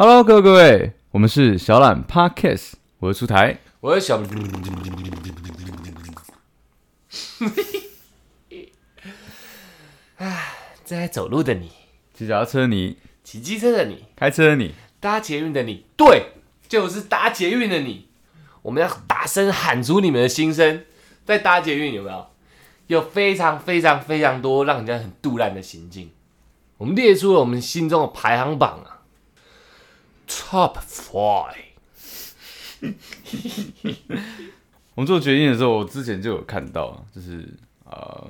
Hello，各位各位，我们是小懒 Podcast，我是出台。我是小，唉，正在走路的你，骑脚踏车的你，骑机车的你，开车的你，搭捷运的你，对，就是搭捷运的你，我们要大声喊出你们的心声。在搭捷运有没有？有非常非常非常多让人家很杜烂的行径。我们列出了我们心中的排行榜啊，Top Five。我们做决定的时候，我之前就有看到，就是呃，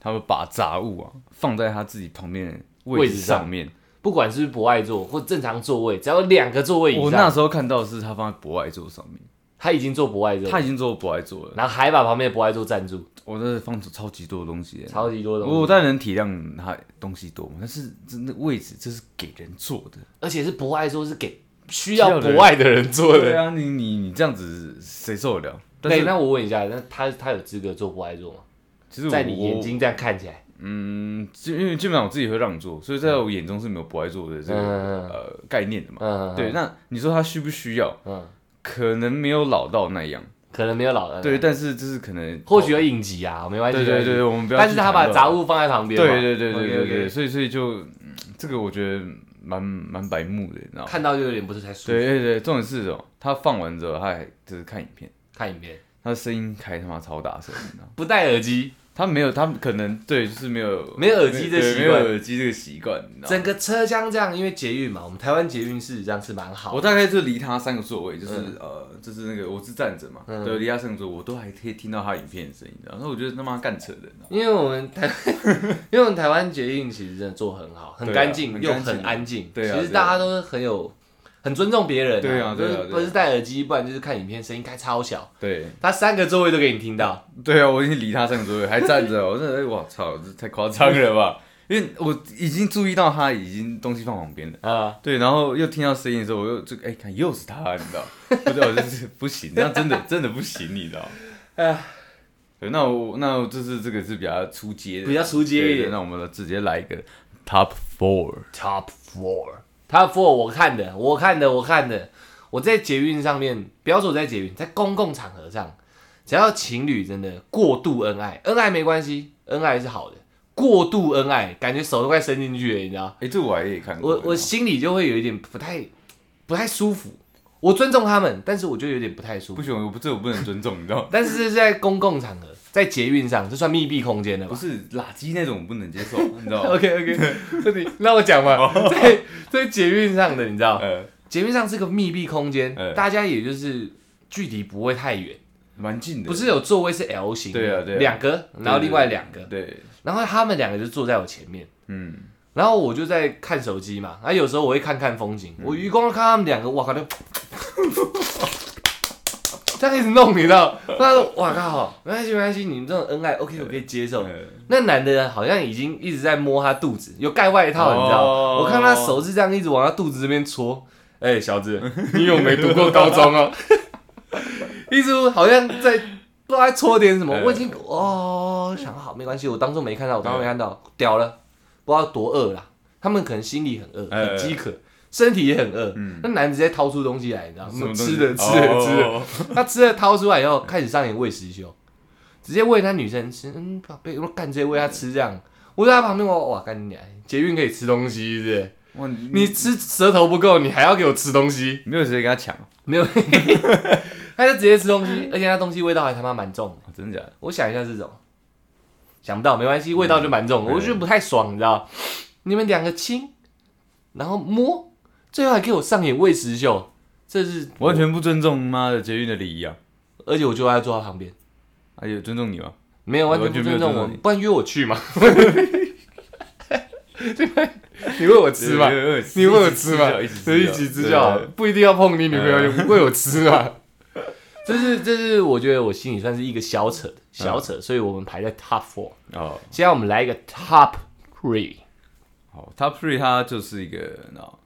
他们把杂物啊放在他自己旁边的位位置置上上面。不管是不是博爱座或正常座位，只要有两个座位以我那上，时候看到的是他放在博爱座上面，他已经坐博爱座了，他已经做博爱座了。然后还把旁边的博爱座占住，我真的放出超级多的东西。超级多东西，我当然能体谅他东西多嘛，但是真的位置这是给人坐的。而且是博爱座是给需需要要的人博爱的人坐对的。啊，你你你这样子谁受得了？但对，是那我问一下，那他他有资格坐博爱座吗？其实我在你眼睛这样看起来，嗯，就因为基本上我自己会让座，所以在我眼中是没有不爱做的这个、嗯呃概念的嘛。嗯，对，那你说他需不需要？嗯，可能没有老到那样，可能没有老人，对，，但是这是可能，或许有隐疾啊，没关系，对对对，没关系，我们不要去但是他谈把论杂，物放在旁对边嘛，对对对对对 OK，OK 对，所以所以就、嗯这个我觉得蛮蛮白目的，你知道吗？看到就有点不是太舒服。对对对，重点是哦，他放完之后，他还就是看影片，看影片，他的声音开他妈超大声，你知道吗？不戴耳机，他没有，他可能对，就是没有没有耳机的对习没有惯耳机这个习惯，你知道吗？整个车厢这样，因为捷运嘛，我们台湾捷运事实上是蛮好嗯我的，大概就离他三个座位，就是、呃，就是那个我是站着嘛，嗯对，离他三个座位，我都还可以听到他影片的声音，然后我觉得他妈干扯啊的，你知道吗因为我们台， 因为我们台湾捷运其实真的做很好，很对啊干净、很又干净很安静。对啊其实对啊大家都是很有很尊重别人、啊。对啊对啊就是对啊不是戴耳机，不然就是看影片，声音开超小。对，他三个座位都给你听到，对啊，我已经离他三个座位，还站着，我真的，哎 我操，这太夸张了 吧？因为我已经注意到他已经东西放旁边了，啊、对，然后又听到声音的时候，我又就哎、看又是他，你知道？不知道就是不行，这样真的 真的不行，你知道？哎对，那我那我就是这个是比较出街的，比较出街一对对点。那我们直接来一个 top four。 Top Four，Top Four，我看的，我看的，我看的。我在捷运上面，不要说我在捷运，在公共场合上，只要情侣真的过度恩爱，恩爱没关系，恩爱是好的，过度恩爱，感觉手都快伸进去了，你知道？哎、这我还也看过。我我心里就会有一点不太不太舒服。我尊重他们，但是我就有点不太舒不服。行，我不这我不能尊重，你知道吗？但是这是在公共场合，在捷运上，这算密闭空间了不 吧是垃圾那种，我不能接受，你知道吗？ ？OK OK，这 里那我讲嘛，在在捷运上的，你知道，哦呃，捷运上是个密闭空间嗯，大家也就是距离不会太远，蛮近的，不是有座位是 L 型，对啊对啊两个，对？然后另外两个，对，然后他们两个就坐在我前面，嗯，然后我就在看手机嘛，啊，有时候我会看看风景，我余光看他们两个，哇靠，那 这样一直弄，你知道？那哇靠，没关系没关系，你们这种恩爱，OK，我可以接受。呃那男的好像已经一直在摸他肚子，有盖外套，你知道？哦我看他手是这样一直往他肚子这边戳。哎、小 子，你有没读过高中哦？ 一直好像在不知道在戳点什么，呃我已经哦想好没关系，我当做没看到，我当做没看到，哎屌了，不知道多饿啦。他们可能心里很饿，呃很饥渴，身体也很饿。嗯那男的直接掏出东西来，你知道什么哦吗？吃的吃的吃的，的， 他吃了掏出来以后，开始上演喂食秀，直接喂他女生吃，嗯，宝贝，我干直接喂他吃这样。我在他旁边，我哇，干你娘！捷运可以吃东西是不是？哇，你你吃舌头不够，你还要给我吃东西？没有谁跟他抢、啊没有， 他就直接吃东西，而且他东西味道还他妈蛮重的。真的假的？我想一下这种，想不到没关系，味道就蛮重的，我觉得不太爽，你知道？你们两个亲，然后摸，最后还给我上演喂食秀，这是完，全不尊重妈的捷运的礼仪啊！而且我就要坐他旁边。哎有尊重你吗？没有完完全全不没有尊重尊我重你，不然约我去嘛。 你喂我吃嘛对？对对你喂我吃嘛？一所以一起吃就好，对对对不一定要碰你女朋友，你喂我吃嘛。 这是这是我觉得我心里算是一个小扯小扯，所以我们排在 top four。哦，现在我们来一个 top three。好，Top Three 它就是一个，你知道，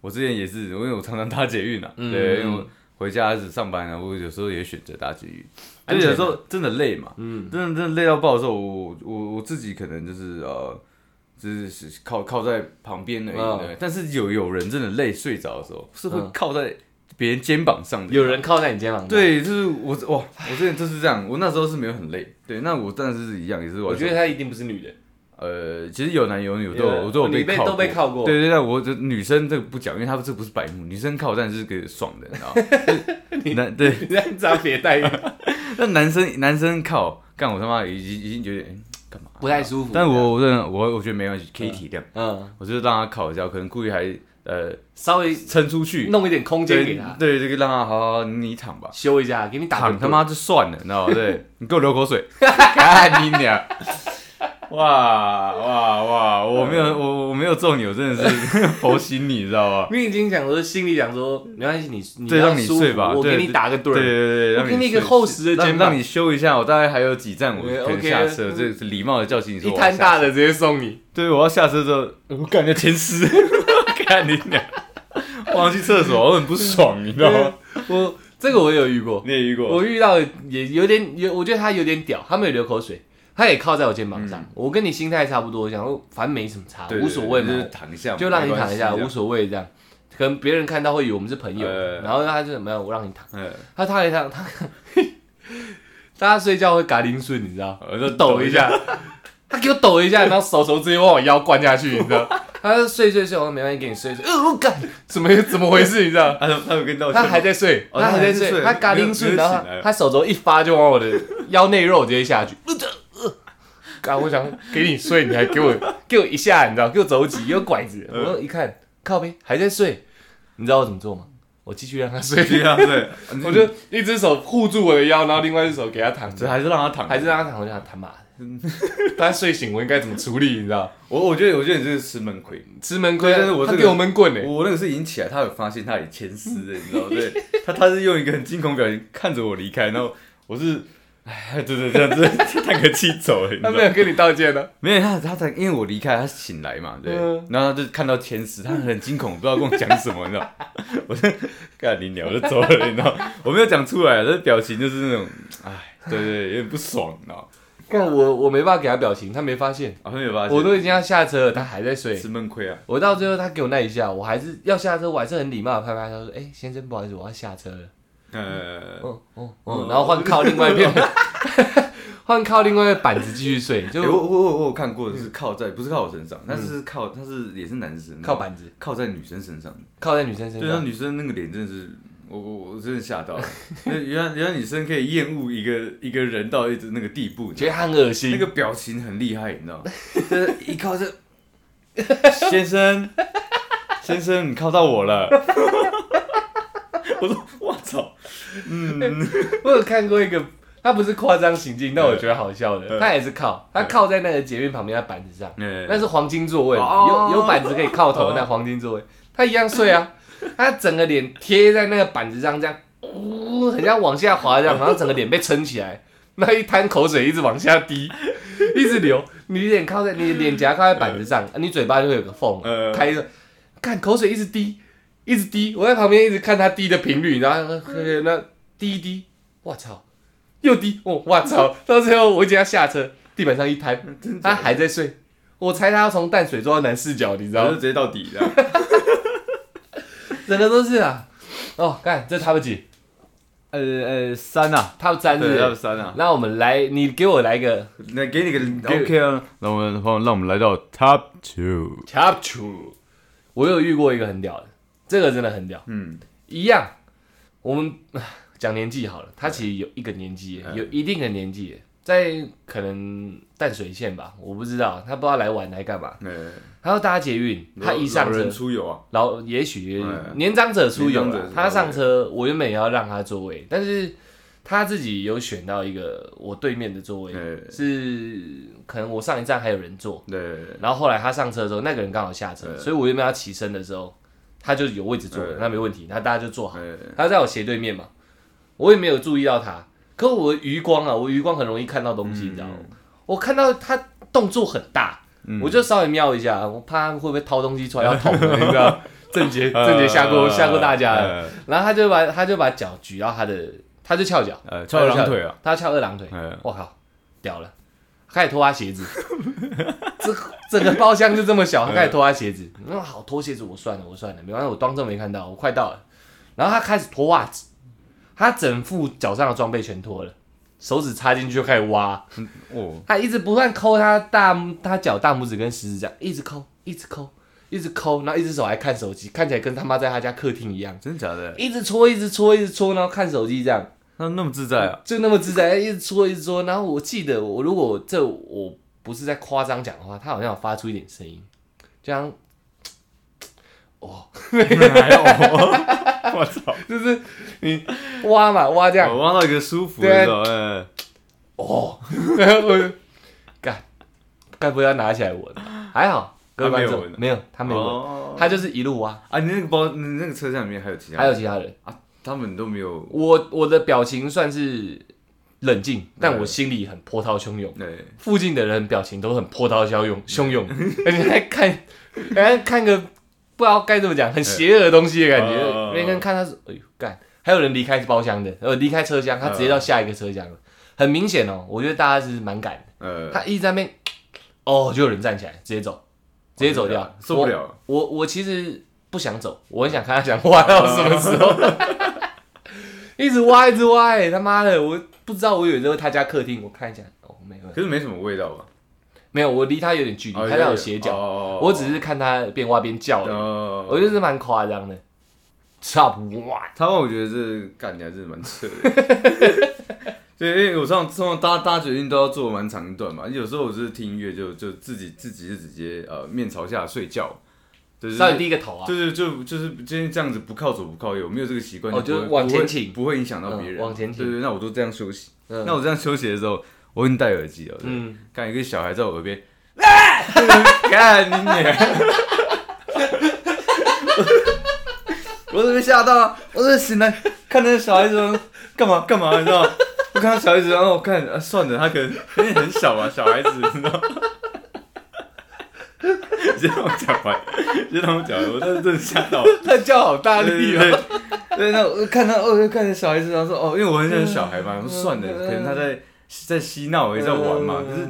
我之前也是，因为我常常搭捷运啊，嗯对，因为我回家是上班啊，我有时候也选择搭捷运，安而全啊且有时候真的累嘛，嗯，真的真的累到爆的时候，我我我自己可能就是呃只是是靠靠在旁边而已。嗯对但是有有人真的累睡着的时候，是会嗯靠在别人肩膀上的。有人靠在你肩膀上，，对，就是我哇，我之前就是这样，我那时候是没有很累。对，那我但是一样也是完全我觉得他一定不是女的，呃，其实有男有女，我都有啊有，我都有你被靠都被靠过对对对，我就女生这个不讲，因为她这不是白目，女生靠站是个爽的，你知道吗 就是？男对， 你这样子别待 遇那男生男生靠，干我他妈已经已经有点嗯干嘛？不太舒服。但我我认我我觉得没关系，可以体谅。嗯，我就让他靠一下，我可能故意还呃稍微撑出去，弄一点空间给对他对，这个让他好好你躺吧，修一下，给你打个躺他嗝妈就算了，你知道吗？对你给我流口水，干你娘！ 哇哇哇！我没有嗯我我没有揍你，我真的是 佛心你，你知道吗？你已经讲说，心里讲说，没关系，你你对，要让你舒服睡吧，我给对你打个盹对对儿，对，我让给你一个睡厚实的让肩膀让你休一下，我大概还有几站，我对可能 OK 嗯下车，这是礼貌的叫醒你说一我摊要下大车，的直接送你，对，我要下车之后，我感觉前 湿，看你娘，我想去厕所，我很不爽，你知道吗？我这个我有遇过，你也遇过？我遇到也有点有，我觉得他有点屌，他没有流口水，他也靠在我肩膀上，我跟你心态差不多，想说反正没什么嗯差，对对无所谓就是嘛，躺一下嘛，就让你没关躺系一下，这样无所谓这样。可能别人看到会以为我们是朋友，呃然后他就怎么样，我让你躺，嗯，他躺一躺，他 大家睡觉会嘎铃顺，你知道？我就抖一下，他给我抖一下，然后手肘直接往我腰灌下去，你知道？ 他就睡睡睡，我说没关系，给你睡睡。呃，我干，怎么怎么回事？你知道？他他有跟你道歉他吗，还在睡，哦他他还在还在睡，睡他嘎铃顺，没有没有然后醒来他他手肘一发就往我的腰内肉直接下去。呃这呃干，我想给你睡，你还给 我给我一下，你知道？给我肘击，给我拐子。嗯我一看，靠呗，还在睡。你知道我怎么做吗？我继续让他睡， 对啊，对，我就一只手护住我的腰，然后另外一只手给他躺着这。还是让他躺着，还是让他躺，我就想他妈的， 他睡醒我应该怎么处理？你知道，我我觉得我觉得你这是吃闷亏，吃闷亏，对但是我他这个给我闷棍呢、我那个是已经起来，他有发现他也牵丝的，你 知道对，他他是用一个很惊恐表情看着我离开，然后我是。哎，对对，这样子叹个气走了，你知 他道啊没有跟你道歉呢、没有他，他才因为我离开，他醒来嘛，对，嗯然后他就看到天使，他很惊恐，不知道跟我讲什么，你知道， 我就干你鸟，我就走了，你知道，我没有讲出来，但是表情就是那种，哎，对对，有点不爽，你知道，但我我没办法给他表情，他没发现，好像有发现，我都已经要下车了，他还在睡。吃闷亏啊，我到最后他给我那一下，我还是要下车，我还是很礼貌的拍拍他说：“哎、先生，不好意思，我要下车了。呃，哦”哦哦，然后换靠另外一边， 换靠另外一个板子继续睡，欸我就我我我有看过，就是靠在不是靠我身上，但是靠他是也是男生，靠板子，靠在女生身上，靠在女生身对，那上。女生那个脸真的是，我我我真的吓到了， 那原来原来女生可以厌恶一个一个人到一直那个地步，你知觉道得他很恶心，那个表情很厉害，你知 道吗？就是一靠这，先生，先生你靠到我 了，我说我操，嗯，我有看过一个，他不是夸张行径，但我觉得好笑的。嗯他也是靠，他嗯靠在那个捷运旁边的板子上，那那是黄金座位嘛，哦有有板子可以靠头，哦那黄金座位，他一样睡 啊，他整个脸贴在那个板子上，这样，呜，很像往下滑这样，然后整个脸被撑起来，那一滩口水一直往下滴，一直流，你脸靠在你脸颊靠在板子上，啊你嘴巴就会有个缝，呃开着，看口水一直滴，一直滴，我在旁边一直看它滴的频率，然后呃那滴一滴，我操，又滴，哦，我 操，到最后我已经要下车，地板上一摊， 他还在睡，我猜他要从淡水坐到南四角，你知然道后就吗？直接到底了。 整个都是啊，哦，干，这 top 几呃呃，三啊， ？top 三是不对，要是？三啊。那我们来，你给我来个那给你个给 OK 啊，那我们好，让我们来到 Top Two， top two，我有遇过一个很屌的，这个真的很屌。嗯，一样，我们啊讲年纪好了，他其实有一个年纪，哎有一定的年纪，在可能淡水线吧，我不知道，他不知道来玩来干嘛。呃，他要搭捷运，他一上老车人，出游啊，老也许哎年长者出游年长啦者，他上车，我原本也要让他座位，但是他自己有选到一个我对面的座位，呃，是可能我上一站还有人坐，对，然后后来他上车的时候，那个人刚好下车，对所以我原本要起身的时候，他就有位置坐了，对那没问题，那大家就坐好对。他在我斜对面嘛，我也没有注意到他，可我余光啊，我余光很容易看到东西，你知道吗？嗯我看到他动作很大，我就稍微瞄一下，我怕他会不会掏东西出来要捅我，你知 道吗？郑 杰，郑杰吓嗯过吓过大家了，呃，然后他就把他就把脚举到他的，他就翘脚，呃，翘二郎腿啊，他翘二郎腿，呃，我靠，屌了！开始脱他鞋子， 这整个包厢就这么小，他开始脱他鞋子。那好，脱鞋子我算了，我算了，没关系，我当做没看到，我快到了。然后他开始脱袜子，他整副脚上的装备全脱了，手指插进去就开始挖，哦，他一直不断抠他大拇他脚大拇指跟食指这样，一直抠，一直抠，一直抠，然后一只手还看手机，看起来跟他妈在他家客厅一样，真的假的？一直搓，一直搓，一直搓，然后看手机这样。那那么自在 啊？就那么自在，一直搓一直搓。然后我记得我，如果这我不是在夸张讲的话，他好像有发出一点声音，这样还有我， 我操！就是你挖嘛挖这样 我挖到一个舒服的时候，哎，哦，然后我就干，该不会要拿起来闻？还好，各位他没观有众闻啊没有，他没有闻，哦他就是一路挖。啊，你那个包，你那个车厢里面还有其他还有人，其他人，他们都没有，我我的表情算是冷静，但嗯我心里很波涛汹涌。对，附近的人表情都很波涛汹涌， 汹涌，而且在看，然后看个不知道该怎么哎讲，很邪恶的东西的感嗯觉。嗯嗯那个人看他是，哎呦干，还有人离开包厢的，呃，离开车厢，他直接到下一个车厢了，很明显哦，我觉得大家是蛮赶的。呃，他一直在那边，哦，就有人站起来，直接走，直接走掉，受不了，我。我我其实不想走，我很想看他想挖到什么时候， 一直挖一直挖，哎他妈的，我不知道，我以为这是他家客厅，我看一下，哦，没有。可是没什么味道吧？没有，我离他有点距离，哦他在我斜角，角我只是看他边挖边叫而已，我哦，觉得是蛮夸张的。Top one，台湾我觉得这干起来真的蛮扯的。 对，因为我上通常搭搭决定都要做蛮长一段嘛，有时候我就是听音乐就就自己自己就直接呃面朝下睡觉，就是稍微低个头啊，就是就就是今天这样子不靠左不靠右，没有这个习惯，哦不会就往前不会倾不会影响到别人，嗯往前倾对对，那我都这样休息。嗯那我这样休息的时候，我已经戴耳机了，嗯，嗯，看一个小孩在我耳边， 看你娘！我都被吓到了，我都醒来看那个小孩子干嘛干嘛，你知道吗？我看到小孩子，然后我看、啊、算了，他可能因为很小嘛，小孩子，你知道吗。直接让我讲完，直接让我讲完，我真的真的吓到了。他叫好大力对哦，对对对，那我看到，我就看着小孩子，然后说哦，因为我很喜欢小孩嘛，我说算了，可能他在在嬉闹，我也在玩嗯嘛。可是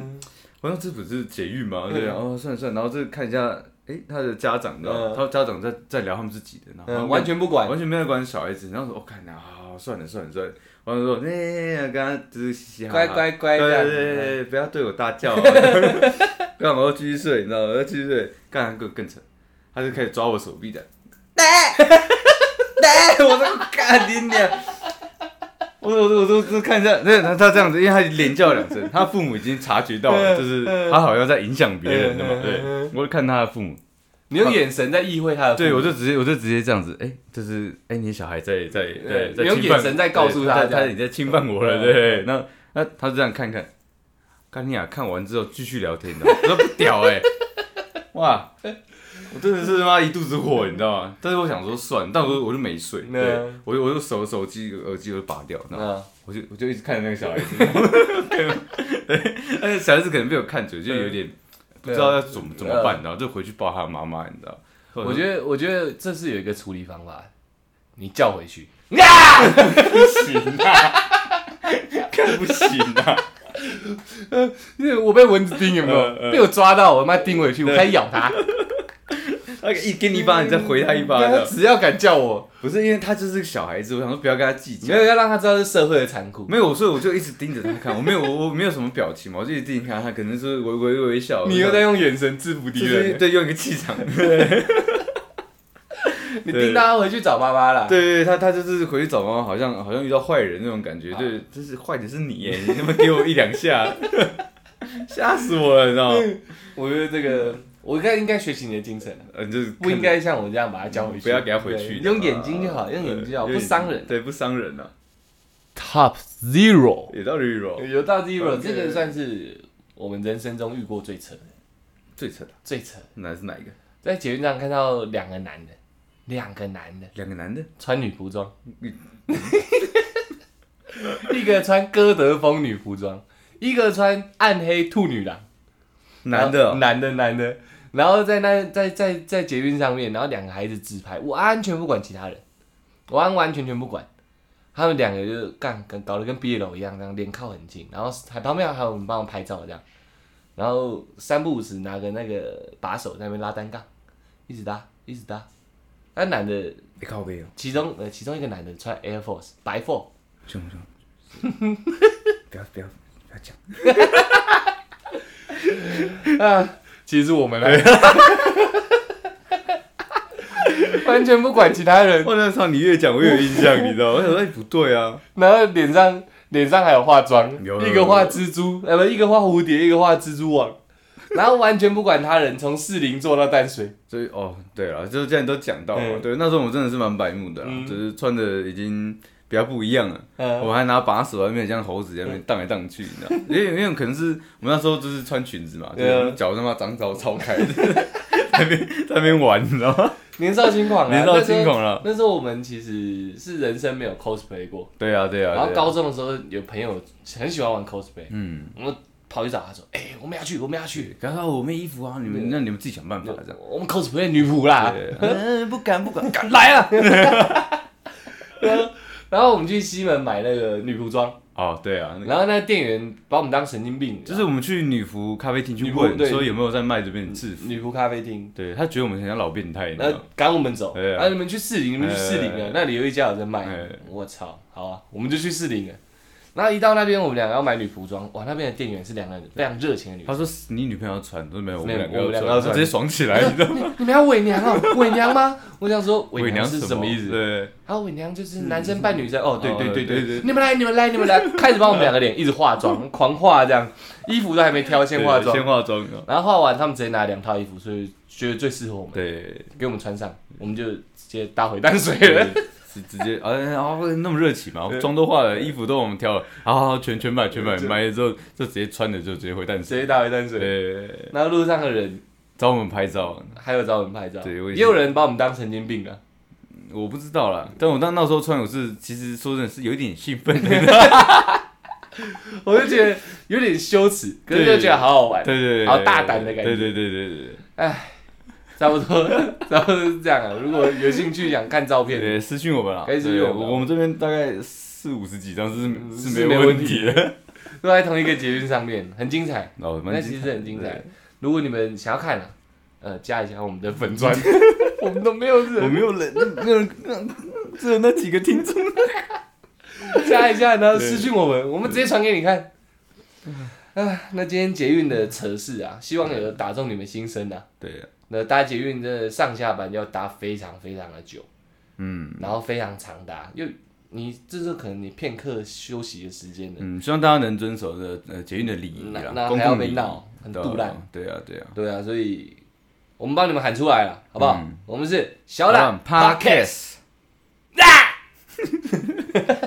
我说这不是节育吗？对，然后算了算了，然后就看一下，哎，他的家长，你知道吗，嗯他家长在在聊他们自己的，然后嗯，完全不管，完全没有管小孩子。然后说，我看啊，好算了算了算了，完了说，哎，刚刚就是嘻嘻哈哈，乖乖乖对对这对样。嗯对，不要对我大 叫、啊，干嘛要继续睡？你知道吗？要继续睡，干更更扯，他就开始抓我手臂的， 哎、我说干你娘！我我我我我看一下，那他他这样子，因为他连叫两声，他父母已经察觉到嗯了，就是他好像在影响别人的嘛。对，我就看他的父母，你用眼神在意会他 的，对我，就直接我就直接这样子，哎、就是哎、你小孩在在在在你用侵犯呃眼神在告诉他对这他样嗯他你在侵犯我了，对，那那他就这样看看，干你啊，看完之后继续聊天的，我说不屌哎、哇，我真的是他妈一肚子火，你知道吗？但是我想说算，但我我就没睡，那对，我就我就手手机耳机我就拔掉，然后嗯，我就我就一直看着那个小孩子，对，而且小孩子可能被我看准，就有嗯点不知道要啊怎么怎么办，然后就回去抱他妈妈，你知道。我得觉得我觉得这是有一个处理方法，你叫回 去，不行啊，看不行啊，因为我被蚊子叮有没嗯有？嗯被我抓到，我他妈叮回去，我开始咬 他，他一给你一巴，你再回他一巴他的。只要敢叫我，不是因为他就是个小孩子，我想说不要跟他计没较。有要让他知道是啊哦社会的残酷。没有，所以我就一直盯着他看，我没有我我没有什么表情嘛，我就一直盯着他看，可能是微微微笑。你又在用眼神制服敌就是人，对用一个气场，你叮他回去找妈妈啦。对对，对他他就是回去找妈妈，好像好像遇到坏人那种感觉，啊对，就是坏的是你耶，你他妈给我一两下，吓死我了，你知道吗？我觉得这个，我应该应该学习你的精神，啊嗯嗯，就是看着不应该像我这样把它交回去，不要给他回去，对用眼睛就好，用眼睛就好，对不伤人。对，不伤人啊， Top Zero，也到 Rero 有到 Zero， OK 这个算是我们人生中遇过最扯的，最扯的，最扯的。那是哪一个？在捷运站看到两个男的，两个男的两个男的，穿女服 装，一个穿哥德风女服装，一个穿暗黑兔女郎。男的哦，男的，男的。然后在那在在在捷运上面，然后两个孩子自拍，我完全不管其他人，我完完全全不管。他们两个就干跟搞得跟 BL 一样，这样脸靠很近，然后还旁边还有人帮我拍照这样。然后三不五时拿个那个把手在那边拉单杠，一直搭一直搭。那男的，你靠背哦，其中呃其中一个男的穿 Air Force 白 Four， 凶不凶？不要不要不要讲，其实是我们来的， 完全不管其他人，我那操，你越讲我越有印象，你知道吗？我想说哎不对啊，然后脸上脸上还有化妆，有一个画蜘蛛，呃不，一个画蝴蝶，一个画蜘蛛 网，然后完全不管他人，从士林做到淡水，所以哦，对了，就是既然都讲到了，嗯对，那时候我真的是蛮白目的啦，嗯就是穿的已经比较不一样了，嗯，我还拿把手在那边像猴子在那边荡来荡去，你知道？ 因为因为可能是我们那时候就是穿裙子嘛，就对啊是脚他妈长草超开的， 在那边在那边玩，你知道吗？年少轻狂啊，年少轻狂了那时候。那时候我们其实是人生没有 cosplay 过，对啊，对啊，然后对啊高中的时候有朋友很喜欢玩 cosplay，嗯，我们跑去找他说，哎，我们要去，我们要去，然后我没衣服啊，你嗯们那你们自己想办法 这样。我们 cosplay 女仆啦，对， 嗯，不敢不敢，敢来啊， 然后我们去西门买那个女仆装，哦，对啊，那个然后那个店员把我们当神经病，你就知道吗是我们去女仆咖啡厅去女仆问，对说有没有在卖这边的制服，女仆咖啡厅，对他觉得我们很像老变态，你知道然后吗？赶我们走，对啊然后你们去士林，你们去士林哎了，那里有一家有在卖哎，我操，好啊，我们就去士林了。然后一到那边，我们两个要买女仆装，哇，那边的店员是两个非常热情的女仆，他说你女朋友要穿，我说没有，我没们有两我个们两个要要穿，穿直接爽起来，你知道吗？你们要伪 娘哦，伪娘吗？我想说伪娘是什什么意思？对，然后伪娘就是男生扮女生，哦，对哦对对对对对，你们来你们来你们 来，开始帮我们两个脸一直化妆，狂化这样，衣服都还没挑，先化对妆，先化妆啊，然后化完他们直接拿两套衣服，所以觉得最适合我们，对，给我们穿上，我们就直接搭回淡水了。对直直接啊，然后那么热情嘛，妆都化了，衣服都我们挑了，好好好全全买全买，对买了之后就直接穿着就直接回淡直水，接打回淡水。对，然后路上的人找我们拍照，还有找我们拍照，对我也也是有人把我们当神经病啊。我不知道啦，但我当那时候穿，我是其实说真的是有一点兴奋的，我就觉得有点羞耻，可是对又觉得好好玩，对对对，好大胆的感觉对对对对对对。差不多，差不多是这样啊。如果有兴趣想看照片，对，私信我们啦，可以私信对我们啦我们这边大概四五十几张嗯是是没没问问题的。都在同一个捷运上面，很精彩，哦，那蛮其实很精彩对。如果你们想要看啊，呃，加一下我们的 粉砖，我们都没有我人没有人，没有人，只有那几个听众。加一下，然后对嗯私信我们，我们直接传给你看。啊，那今天捷运的测试啊，希望有打中你们心声啊。对，那搭捷运真的上下班要搭非常非常的久，嗯然后非常长搭，又你这是可能你片刻休息的时间的，嗯，希望大家能遵守的呃捷运的礼仪那啦，那公还要共礼被仪。闹，很对啊杜烂，。对啊，对啊。对啊，所以我们帮你们喊出来了，好不好？嗯我们是小懒 Podcast，啊！